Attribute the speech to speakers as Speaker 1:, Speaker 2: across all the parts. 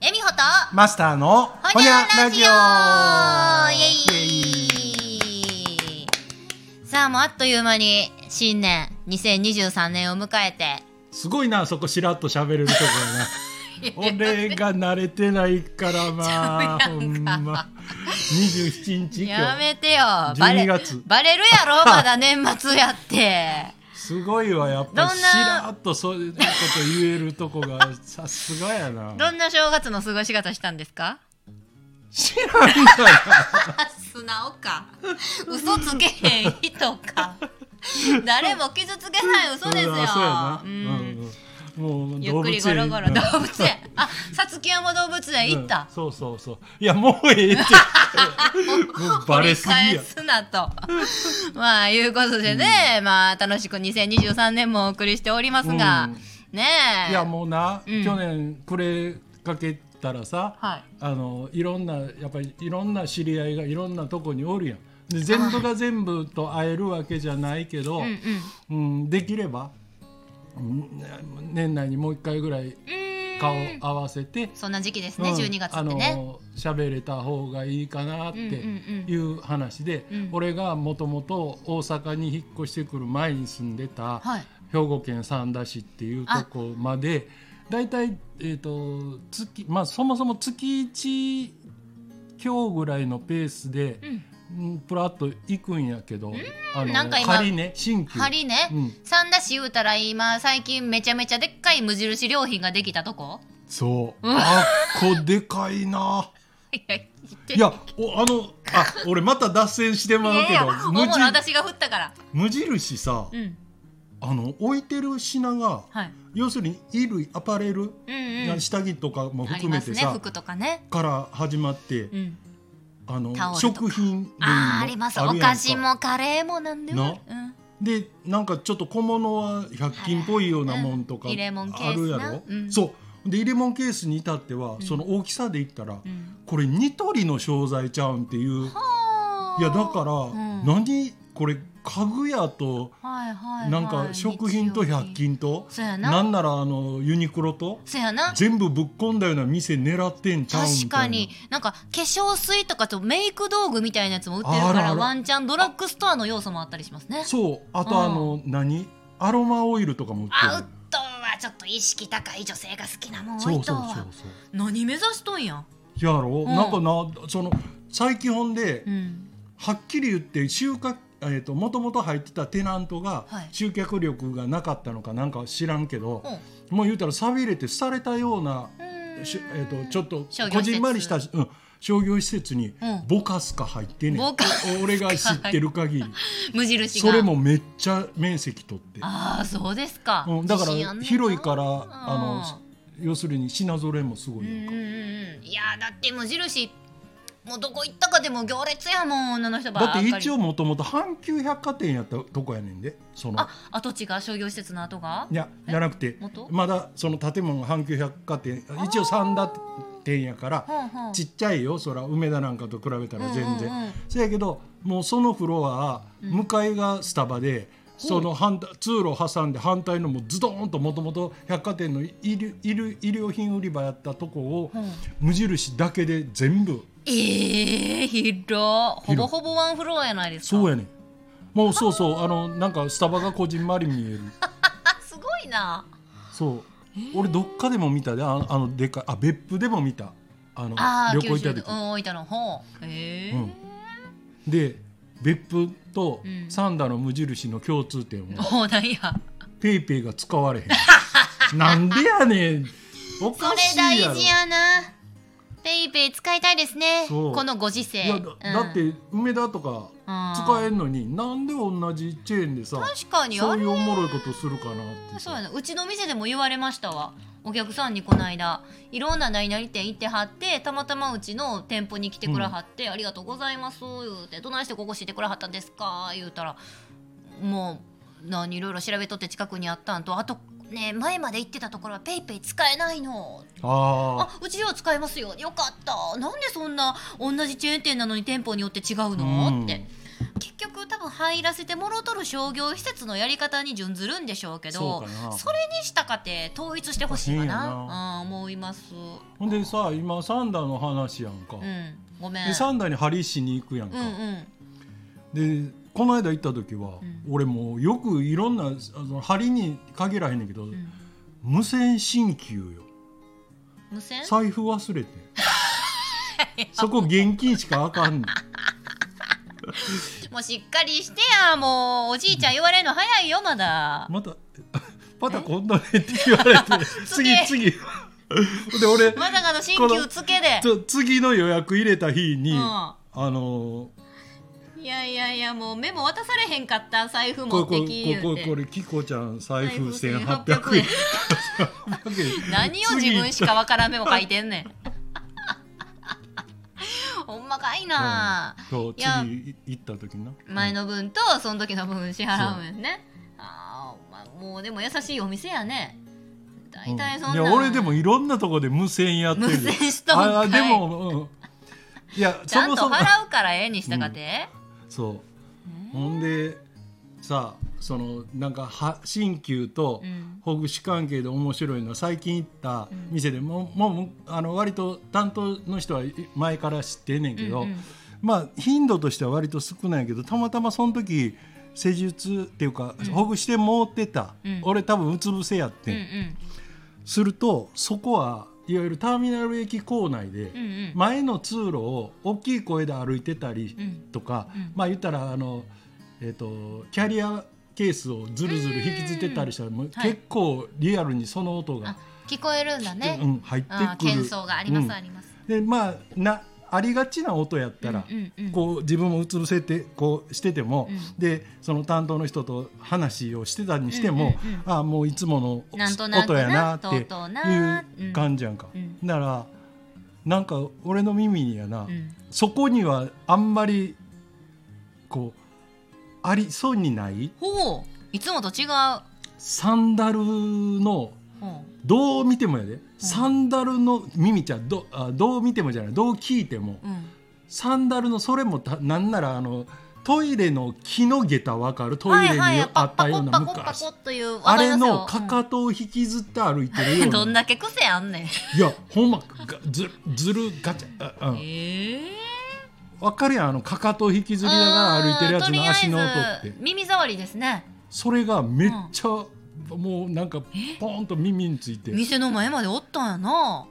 Speaker 1: と
Speaker 2: マスターの
Speaker 1: ほにゃラジオ
Speaker 2: イエ
Speaker 1: イエイさあもうあっという間に新年2023年を迎えて
Speaker 2: すごいなそこしらっと喋れるとこ ろな俺が慣れてないからまあ
Speaker 1: ちゃ
Speaker 2: ほ
Speaker 1: うや
Speaker 2: ん
Speaker 1: んか
Speaker 2: ま27日今
Speaker 1: や
Speaker 2: 日
Speaker 1: めてよバレ
Speaker 2: 12月
Speaker 1: バレるや ろまだ年末やって
Speaker 2: すごいわやっぱ
Speaker 1: ど
Speaker 2: し
Speaker 1: んな
Speaker 2: らっとそういうこと言えるとこがさすがやな
Speaker 1: どんな正月の過ごし方したんですか
Speaker 2: 知らんがな
Speaker 1: あ素直 か嘘つけへん人 か誰も傷つけない嘘ですよ
Speaker 2: そうやな、
Speaker 1: う
Speaker 2: うん
Speaker 1: ん
Speaker 2: うんもう
Speaker 1: ゆっ
Speaker 2: 動
Speaker 1: く
Speaker 2: 物
Speaker 1: りゴロ
Speaker 2: 園
Speaker 1: ゴロ動物 園あさつき山動物園 行っ
Speaker 2: うん
Speaker 1: た、
Speaker 2: そうそうそういやもうええってもうバレすぎ
Speaker 1: 掘り
Speaker 2: や
Speaker 1: 返すなとまあいうことでね、まあ楽しく2023年もお送りしておりますが、ねえ
Speaker 2: いやもうな、
Speaker 1: うん
Speaker 2: 去年くれかけたらさ、
Speaker 1: はい
Speaker 2: あのいろんなやっぱりいろんな知り合いがいろんなとこにおるやんで全部が全部と会えるわけじゃないけど、
Speaker 1: うんうん
Speaker 2: うんできれば、うん年内にもう一回ぐらいう
Speaker 1: ーん
Speaker 2: 顔合わせて、
Speaker 1: そんな時期ですね、
Speaker 2: うん
Speaker 1: 12月って
Speaker 2: あ
Speaker 1: ね
Speaker 2: の喋れた方がいいかなっていう話で、
Speaker 1: うんうんうんうん
Speaker 2: 俺がもともと大阪に引っ越してくる前に住んでた
Speaker 1: はい
Speaker 2: 兵庫県三田市っていうとこまでだいたい、えー、と月まあそもそも月1強ぐらいのペースで、
Speaker 1: うん
Speaker 2: うん、プラッと行くんやけど、あの
Speaker 1: なんか今
Speaker 2: 仮ね新旧
Speaker 1: 針ね、
Speaker 2: うん
Speaker 1: 三田市言うたら今最近めちゃめちゃでっかい無印良品ができたとこ
Speaker 2: そうあっこでか いない
Speaker 1: や
Speaker 2: いやおあのあ俺また脱線してまうけど無
Speaker 1: 主に
Speaker 2: 印
Speaker 1: 私が振ったから
Speaker 2: 無印さ、
Speaker 1: うん
Speaker 2: あの置いてる品が
Speaker 1: はい
Speaker 2: 要するに衣類アパレル、
Speaker 1: うんうん
Speaker 2: 下着とかも
Speaker 1: あり
Speaker 2: 含
Speaker 1: ま
Speaker 2: め
Speaker 1: す
Speaker 2: て
Speaker 1: ね
Speaker 2: さ、
Speaker 1: 服とかね
Speaker 2: から始まって、
Speaker 1: うん
Speaker 2: あの
Speaker 1: タオルとか
Speaker 2: 食品類も
Speaker 1: あーあります
Speaker 2: るや
Speaker 1: お
Speaker 2: んか
Speaker 1: 菓子もカレーもなんでもあるうん
Speaker 2: でなんかちょっと小物は100均っぽいようなもんとか
Speaker 1: うん
Speaker 2: あ
Speaker 1: 入
Speaker 2: る
Speaker 1: れ
Speaker 2: や
Speaker 1: 物ケースな
Speaker 2: ろ、
Speaker 1: うん
Speaker 2: そうで入れ物ケースに至っては、
Speaker 1: ん
Speaker 2: その大きさで言ったら、
Speaker 1: うん
Speaker 2: これニトリの商材ちゃうんっていういやだから、
Speaker 1: うん
Speaker 2: 何これ家具屋と
Speaker 1: はいはいはい
Speaker 2: なんか食品と100均と、
Speaker 1: そうやな
Speaker 2: なんならあのユニクロと
Speaker 1: そうやな
Speaker 2: 全部ぶっ込んだような店狙ってんちゃうみた
Speaker 1: 確
Speaker 2: いな
Speaker 1: かになんか化粧水とかとメイク道具みたいなやつも売ってるから
Speaker 2: あるある
Speaker 1: ワンチャンドラッグストアの要素もあったりしますね
Speaker 2: そうあとあの、何アロマオイルとかも売ってる
Speaker 1: アウトはちょっと意識高い女性が好きなもん
Speaker 2: そ
Speaker 1: 多いうと
Speaker 2: そう
Speaker 1: は
Speaker 2: そうそう
Speaker 1: 何目指しとんやん
Speaker 2: やろ、
Speaker 1: ん
Speaker 2: なんかなその最近ほんで、
Speaker 1: うん
Speaker 2: はっきり言って集客えー、ともともと入ってたテナントが
Speaker 1: はい
Speaker 2: 集客力がなかったのかなんか知らんけど、
Speaker 1: うん
Speaker 2: もう言うたらさびれて廃れたようなしえー、とちょっと
Speaker 1: 商業施設
Speaker 2: こじんまりした、うん、商業施設に
Speaker 1: うん
Speaker 2: ボカスカ入ってね、
Speaker 1: ボカス
Speaker 2: 俺が知ってる限り
Speaker 1: 無印が
Speaker 2: それもめっちゃ面積取って、
Speaker 1: ああそうですか、
Speaker 2: うん、だか
Speaker 1: 自信あんねん
Speaker 2: ら
Speaker 1: な
Speaker 2: 広いから
Speaker 1: ん
Speaker 2: あの要するに品揃えもすご
Speaker 1: うん
Speaker 2: い
Speaker 1: うん
Speaker 2: やん
Speaker 1: うん
Speaker 2: か、
Speaker 1: うんいやだって無印もうどこ行ったかでも行列やもん女の人ばっ
Speaker 2: だっ
Speaker 1: か
Speaker 2: て
Speaker 1: り
Speaker 2: 一応もともと阪急百貨店やったとこやねんでその
Speaker 1: あ跡地が商業施設の跡が
Speaker 2: いや
Speaker 1: え
Speaker 2: じゃなくて
Speaker 1: 元
Speaker 2: まだその建物が阪急百貨店一応三田店やから
Speaker 1: ほんほん
Speaker 2: ちっちゃいよそら梅田なんかと比べたら全然、
Speaker 1: うんうんうん
Speaker 2: せやけどもうそのフロア向かいがスタバで、その反対通路挟んで反対のもうズドーンともともと百貨店の衣料衣料衣料品売り場やったとこを
Speaker 1: うん
Speaker 2: 無印だけで全部
Speaker 1: ええー、広っほぼほぼワンフロアやないですか
Speaker 2: そうやねんもうそうそうあのなんかスタバがこじんまり見える
Speaker 1: あすごいな
Speaker 2: そう俺どっかでも見たでああのでかいあ別府でも見たあの
Speaker 1: あー
Speaker 2: 旅行行っ
Speaker 1: 九
Speaker 2: た
Speaker 1: 州で
Speaker 2: 時
Speaker 1: うん置いたのほうええ
Speaker 2: うんで別府と
Speaker 1: うん
Speaker 2: サンダの無印の共通点は
Speaker 1: もうなんや
Speaker 2: ペイペイが使われへん なんでやねんお
Speaker 1: それ
Speaker 2: かし
Speaker 1: 大
Speaker 2: いやろ
Speaker 1: 事やなペイペイ使いたいですね
Speaker 2: そう
Speaker 1: このご時世
Speaker 2: いやだ,、
Speaker 1: うん
Speaker 2: だって梅田とか使えんのになんで同じチェーンでさ
Speaker 1: 確かに
Speaker 2: そ
Speaker 1: あ
Speaker 2: うい
Speaker 1: れ
Speaker 2: うおもろいことするかなって
Speaker 1: そうやなうちの店でも言われましたわお客さんにこの間いろんな何々店行ってはってたまたまうちの店舗に来てくれはって、ありがとうございます」言うて「どないしてここ知ってくれはったんですか?」言うたらもう何いろいろ調べとって近くにあったんとあとね前まで行ってたところはペイペイ使えないの
Speaker 2: ああ
Speaker 1: あうちでは使えますよよかったなんでそんな同じチェーン店なのに店舗によって違うの、
Speaker 2: うん
Speaker 1: って結局多分阪入らせてもろとる商業施設のやり方に準ずるんでしょうけ
Speaker 2: そ
Speaker 1: ど
Speaker 2: うかな
Speaker 1: それにしたかて統一してほしいか
Speaker 2: 変や
Speaker 1: な、うん、思います
Speaker 2: ほんでさ今サンダーの話やんか、
Speaker 1: うんごめん
Speaker 2: でサンダーに針しに行くやん
Speaker 1: う
Speaker 2: か、
Speaker 1: んうん
Speaker 2: でこの間行った時は、
Speaker 1: うん
Speaker 2: 俺もうよくいろんなあの針に限らへんねんけど、
Speaker 1: うん
Speaker 2: 無線鍼灸よ
Speaker 1: 無線
Speaker 2: 財布 忘れてそこ現金しかあかんねん
Speaker 1: もうしっかりしてやもうおじいちゃん言われるの早いよまだ、
Speaker 2: ま たまたこんなねって言われて 次次で俺
Speaker 1: まさかの新旧付けで
Speaker 2: ちょ次の予約入れた日に、
Speaker 1: うん
Speaker 2: あの
Speaker 1: いやいやいやもうメモ渡されへんかった財布
Speaker 2: こ
Speaker 1: 持
Speaker 2: れ
Speaker 1: っ
Speaker 2: これ
Speaker 1: て
Speaker 2: こ
Speaker 1: き言う
Speaker 2: れこ
Speaker 1: て
Speaker 2: れキコちゃん財布
Speaker 1: 財布
Speaker 2: 1800
Speaker 1: 1800
Speaker 2: 円
Speaker 1: 円
Speaker 2: 1800円
Speaker 1: 何を自分しかわからんメモ書いてんねんほんまかいな、
Speaker 2: そう
Speaker 1: いや
Speaker 2: 次行った時な
Speaker 1: 前の分とその時の分支払うんやねあー、まあもうでも優しいお店やね
Speaker 2: うん
Speaker 1: 大体そん
Speaker 2: い
Speaker 1: な、
Speaker 2: や俺でもいろんなとこで無線やってる
Speaker 1: 無線しとん
Speaker 2: あ
Speaker 1: か
Speaker 2: あ
Speaker 1: い
Speaker 2: でも、うん、いや
Speaker 1: ちゃ
Speaker 2: そ
Speaker 1: ん
Speaker 2: も
Speaker 1: と
Speaker 2: そも
Speaker 1: 払うからええにしたかて、
Speaker 2: そ
Speaker 1: う
Speaker 2: う
Speaker 1: ん
Speaker 2: ほんでさそのなんかは鍼灸と
Speaker 1: うん
Speaker 2: ほぐし関係で面白いのは最近行った店で、もうもうあの割と担当の人はい前から知ってんねんけど、
Speaker 1: うんうん
Speaker 2: まあ頻度としては割と少ないけどたまたまその時施術っていうか、ほぐしてもうてた、
Speaker 1: うん
Speaker 2: 俺多分うつ伏せやって、
Speaker 1: うんん
Speaker 2: するとそこはいわゆるターミナル駅構内で、
Speaker 1: うんうん
Speaker 2: 前の通路を大きい声で歩いてたりとか、
Speaker 1: うん
Speaker 2: まあ言ったらあの、えっとキャリアケースをずるずる引きずってたりしたらもう
Speaker 1: はい
Speaker 2: 結構リアルにその音が、
Speaker 1: あ聞こえるんだね
Speaker 2: うん、入って
Speaker 1: あ
Speaker 2: くる。
Speaker 1: 喧騒があります、
Speaker 2: うん
Speaker 1: あります
Speaker 2: でまあなありがちな音やったら、
Speaker 1: うんうんうん
Speaker 2: こう自分もうつ伏せてこうしてても、
Speaker 1: うん
Speaker 2: でその担当の人と話をしてたにしても、
Speaker 1: うんうんうん
Speaker 2: ああもういつもの
Speaker 1: なんとなく
Speaker 2: 音やな
Speaker 1: な
Speaker 2: って
Speaker 1: とうとうな
Speaker 2: いう感じやんか。
Speaker 1: うん
Speaker 2: ならなんか俺の耳にやな、
Speaker 1: うん
Speaker 2: そこにはあんまりこうありそうにない
Speaker 1: ほういつもと違う
Speaker 2: サンダルの
Speaker 1: ほ
Speaker 2: どう見てもやで、サンダルの耳ちゃんどあどう見てもじゃないどう聞いても、
Speaker 1: ううん
Speaker 2: サンダルのそれもたなんならあのトイレの木の下駄わかるトイレに
Speaker 1: はいはい
Speaker 2: あったような
Speaker 1: パコッパコッパコ
Speaker 2: 昔
Speaker 1: ッという
Speaker 2: あれの
Speaker 1: わか
Speaker 2: か
Speaker 1: りますよ
Speaker 2: かとを引きずって歩いてる
Speaker 1: う
Speaker 2: よ
Speaker 1: ん
Speaker 2: う
Speaker 1: どん
Speaker 2: な
Speaker 1: だけ癖あんねん
Speaker 2: いやほんまがずるずるガチャあうん
Speaker 1: ええ
Speaker 2: わかるやんあのかかとを引きずりながら歩いてるやつの足の音って
Speaker 1: 耳障りですね
Speaker 2: それがめっちゃもうなんかポーンと耳についてだか
Speaker 1: 店の前までおったんやな
Speaker 2: ら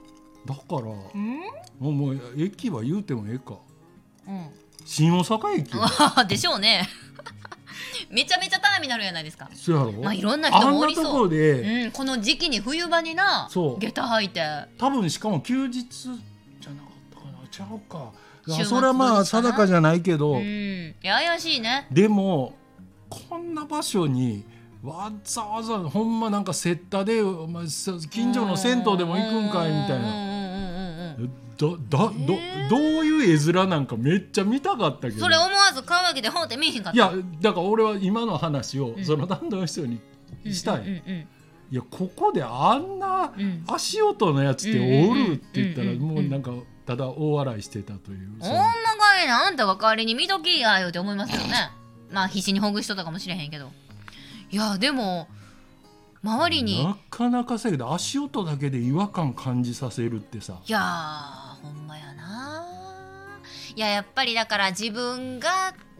Speaker 1: うん
Speaker 2: もうもう駅は言うてもええか
Speaker 1: うん
Speaker 2: 新大阪駅
Speaker 1: う
Speaker 2: よ
Speaker 1: わ でしょうねめちゃめちゃターミナルやないですか
Speaker 2: そやろ
Speaker 1: まあいろんな人
Speaker 2: あん
Speaker 1: もお
Speaker 2: な
Speaker 1: り
Speaker 2: と
Speaker 1: そう
Speaker 2: こで
Speaker 1: うん、この時期に冬場にな
Speaker 2: そう
Speaker 1: 下駄履いて
Speaker 2: 多分しかも休日じゃなかったかなちゃうか
Speaker 1: 週末
Speaker 2: あそれはまあ
Speaker 1: 土日かな
Speaker 2: 定かじゃないけど、
Speaker 1: うんいや怪しいね
Speaker 2: でもこんな場所にわざわざほんまなんかセッタで、お前さ近所の銭湯でも行くんかいみたいな
Speaker 1: な
Speaker 2: どだど
Speaker 1: えー
Speaker 2: どういう絵面なんかめっちゃ見たかったけど
Speaker 1: それ思わず買うわけで本って見えへんかった
Speaker 2: いやだから俺は今の話を
Speaker 1: うん
Speaker 2: その担当の人にしたい、
Speaker 1: うんうん
Speaker 2: いやここであんな
Speaker 1: うんうん
Speaker 2: 足音のやつっておるって言ったら
Speaker 1: うんうんうんうん
Speaker 2: もうなんかただ大笑いしてたという
Speaker 1: ほ
Speaker 2: そ
Speaker 1: ん
Speaker 2: の
Speaker 1: まかいなあんたが代わりに見ときやよって思いますよねまあ必死にほぐしとったかもしれへんけどいやでも周りに
Speaker 2: なかなかせやけど足音だけで違和感感じさせるってさ
Speaker 1: いやーほんまやないややっぱりだから自分が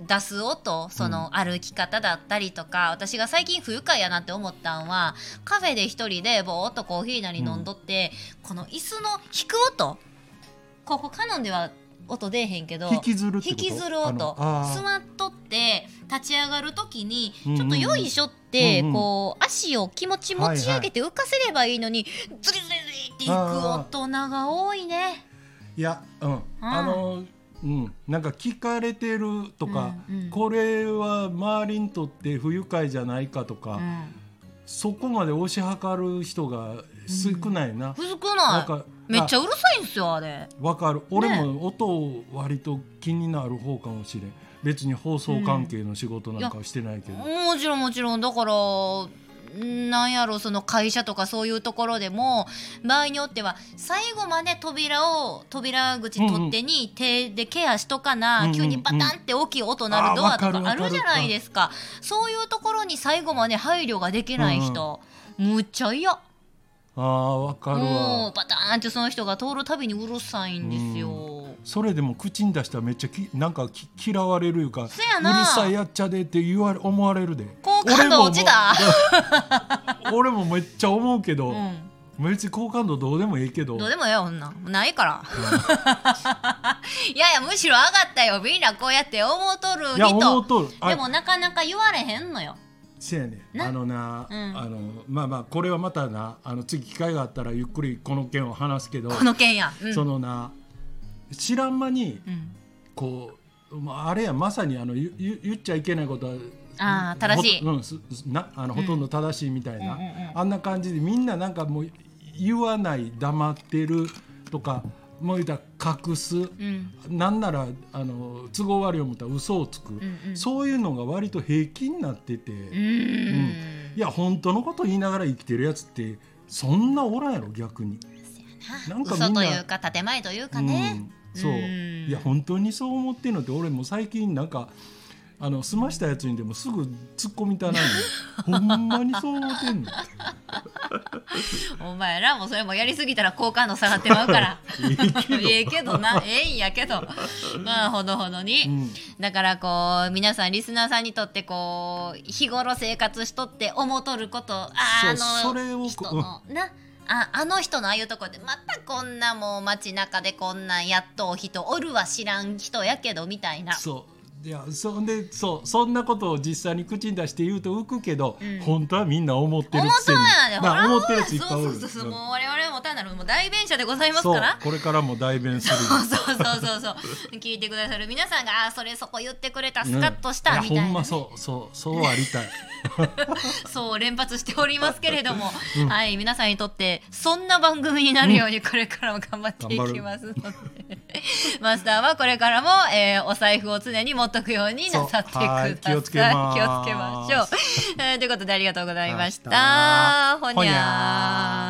Speaker 1: 出す音その歩き方だったりとか、私が最近不愉快やなって思ったんはカフェで一人でぼーっとコーヒーなり飲んどって、この椅子の引く音ここカノンでは音出えへんけど
Speaker 2: 引きずるってこ
Speaker 1: 引
Speaker 2: と
Speaker 1: きずる音
Speaker 2: あの
Speaker 1: 座
Speaker 2: あー
Speaker 1: っとって立ち上がる時に
Speaker 2: うんうん
Speaker 1: ちょっとよいしょって
Speaker 2: うんうん
Speaker 1: こう足を気持ち持ち上げて浮かせればいいのにズリズリズリっていく大人が多いね。
Speaker 2: いやうんあのうんなんか聞かれてるとか、
Speaker 1: うんうん
Speaker 2: これは周りにとって不愉快じゃないかとか、
Speaker 1: うん
Speaker 2: そこまで推し量る人が少ないな、
Speaker 1: ふずく
Speaker 2: なん
Speaker 1: な
Speaker 2: か
Speaker 1: いめっちゃ
Speaker 2: あ
Speaker 1: うるさいんすよあれ。
Speaker 2: わかる俺も音を割と気になる方かもしれん別に放送関係の仕事なんかはしてないけど、
Speaker 1: もちろんもちろんだからなんやろその会社とかそういうところでも場合によっては最後まで扉を扉口取っ手に手でケアしとかな、
Speaker 2: うんうん
Speaker 1: 急にバタンって大きい音鳴るドアと
Speaker 2: あわか
Speaker 1: か
Speaker 2: る
Speaker 1: あるじゃないですかそういうところに最後まで配慮ができない人、むっちゃ嫌
Speaker 2: ああわかる
Speaker 1: も
Speaker 2: わ
Speaker 1: うバタンってその人が通るたびにうるさいんですよ。
Speaker 2: それでも口に出したらめっちゃきなんかき嫌われるいうかうる
Speaker 1: せやな
Speaker 2: さいやっちゃでって言われ思われるで
Speaker 1: 好感度落ちた
Speaker 2: 俺ももう俺もめっちゃ思うけど、
Speaker 1: うん
Speaker 2: 別に好感度どうでもいいけど
Speaker 1: どうでもええよそんなんないから いやいやむしろ上がったよみんなこうやって思うとる
Speaker 2: いや
Speaker 1: 人
Speaker 2: 思うとる
Speaker 1: で
Speaker 2: あ
Speaker 1: もなかなか言われへんのよ
Speaker 2: せやね
Speaker 1: な
Speaker 2: あのな、
Speaker 1: うん
Speaker 2: あのまあまあこれはまたなあの次機会があったらゆっくりこの件を話すけど
Speaker 1: この件や、うん
Speaker 2: そのな知らん間に
Speaker 1: うん
Speaker 2: こう、まあ、あれやまさにあのゆゆ言っちゃいけないことは
Speaker 1: あー正しい
Speaker 2: ほとうん、すすなあのほとんど正しいみたいな、
Speaker 1: うんうんうんうん
Speaker 2: あんな感じでみんななんかもう言わない黙ってるとかもう言ったら隠す、
Speaker 1: うん
Speaker 2: なんならあの都合悪い思ったら嘘をつく、
Speaker 1: んうん
Speaker 2: そういうのが割と平気になってて、
Speaker 1: う
Speaker 2: い
Speaker 1: ーん
Speaker 2: や本当のこと言いながら生きてるやつってそんなおらんやろ逆に。
Speaker 1: な
Speaker 2: なんかみんな
Speaker 1: 嘘というか建前というかね、
Speaker 2: うん、そう、
Speaker 1: うん
Speaker 2: いや本当にそう思ってるのって俺も最近なんかあの済ましたやつにでもすぐ突っ込みたないのほんまにそう思って んの
Speaker 1: お前らもそれもやりすぎたら好感度下がってまうから ええけどなええんやけどまあほどほどに、
Speaker 2: うん
Speaker 1: だからこう皆さんリスナーさんにとってこう日頃生活しとって思うとることあーあ
Speaker 2: そうそれを
Speaker 1: の人の、なああの人のああいうとこでまたこんなもう街中でこんなんやっとう人おるは知らん人やけどみたいな
Speaker 2: そういやそんでそうそんなことを実際に口に出して言うと浮くけど、
Speaker 1: うん
Speaker 2: 本当はみんな思ってる
Speaker 1: 思
Speaker 2: くせ
Speaker 1: そう
Speaker 2: に
Speaker 1: やで、
Speaker 2: まあ
Speaker 1: ほら
Speaker 2: 思ってるやついっぱいおる
Speaker 1: そうそうそうそう
Speaker 2: うん
Speaker 1: もう我々も単なるもう代弁者でございます
Speaker 2: そう
Speaker 1: から
Speaker 2: これからも代弁する
Speaker 1: そうそうそうそうそう聞いてくださる皆さんがあーそれそこ言ってくれたスカッとした、
Speaker 2: うん
Speaker 1: み
Speaker 2: い
Speaker 1: たい
Speaker 2: や
Speaker 1: な
Speaker 2: ほんまそうそうそうありたい
Speaker 1: そう連発しておりますけれども、はい皆さんにとってそんな番組になるようにこれからも頑張っていきますので、マスターはこれからも、えーお財布を常に持っとくようになさってく
Speaker 2: そう
Speaker 1: だ
Speaker 2: は
Speaker 1: さ
Speaker 2: い
Speaker 1: い。
Speaker 2: 気をつけます
Speaker 1: 気をつけましょう。えーということでありがとうございました。
Speaker 2: ありがとうご
Speaker 1: ほ
Speaker 2: ざいました
Speaker 1: にゃー。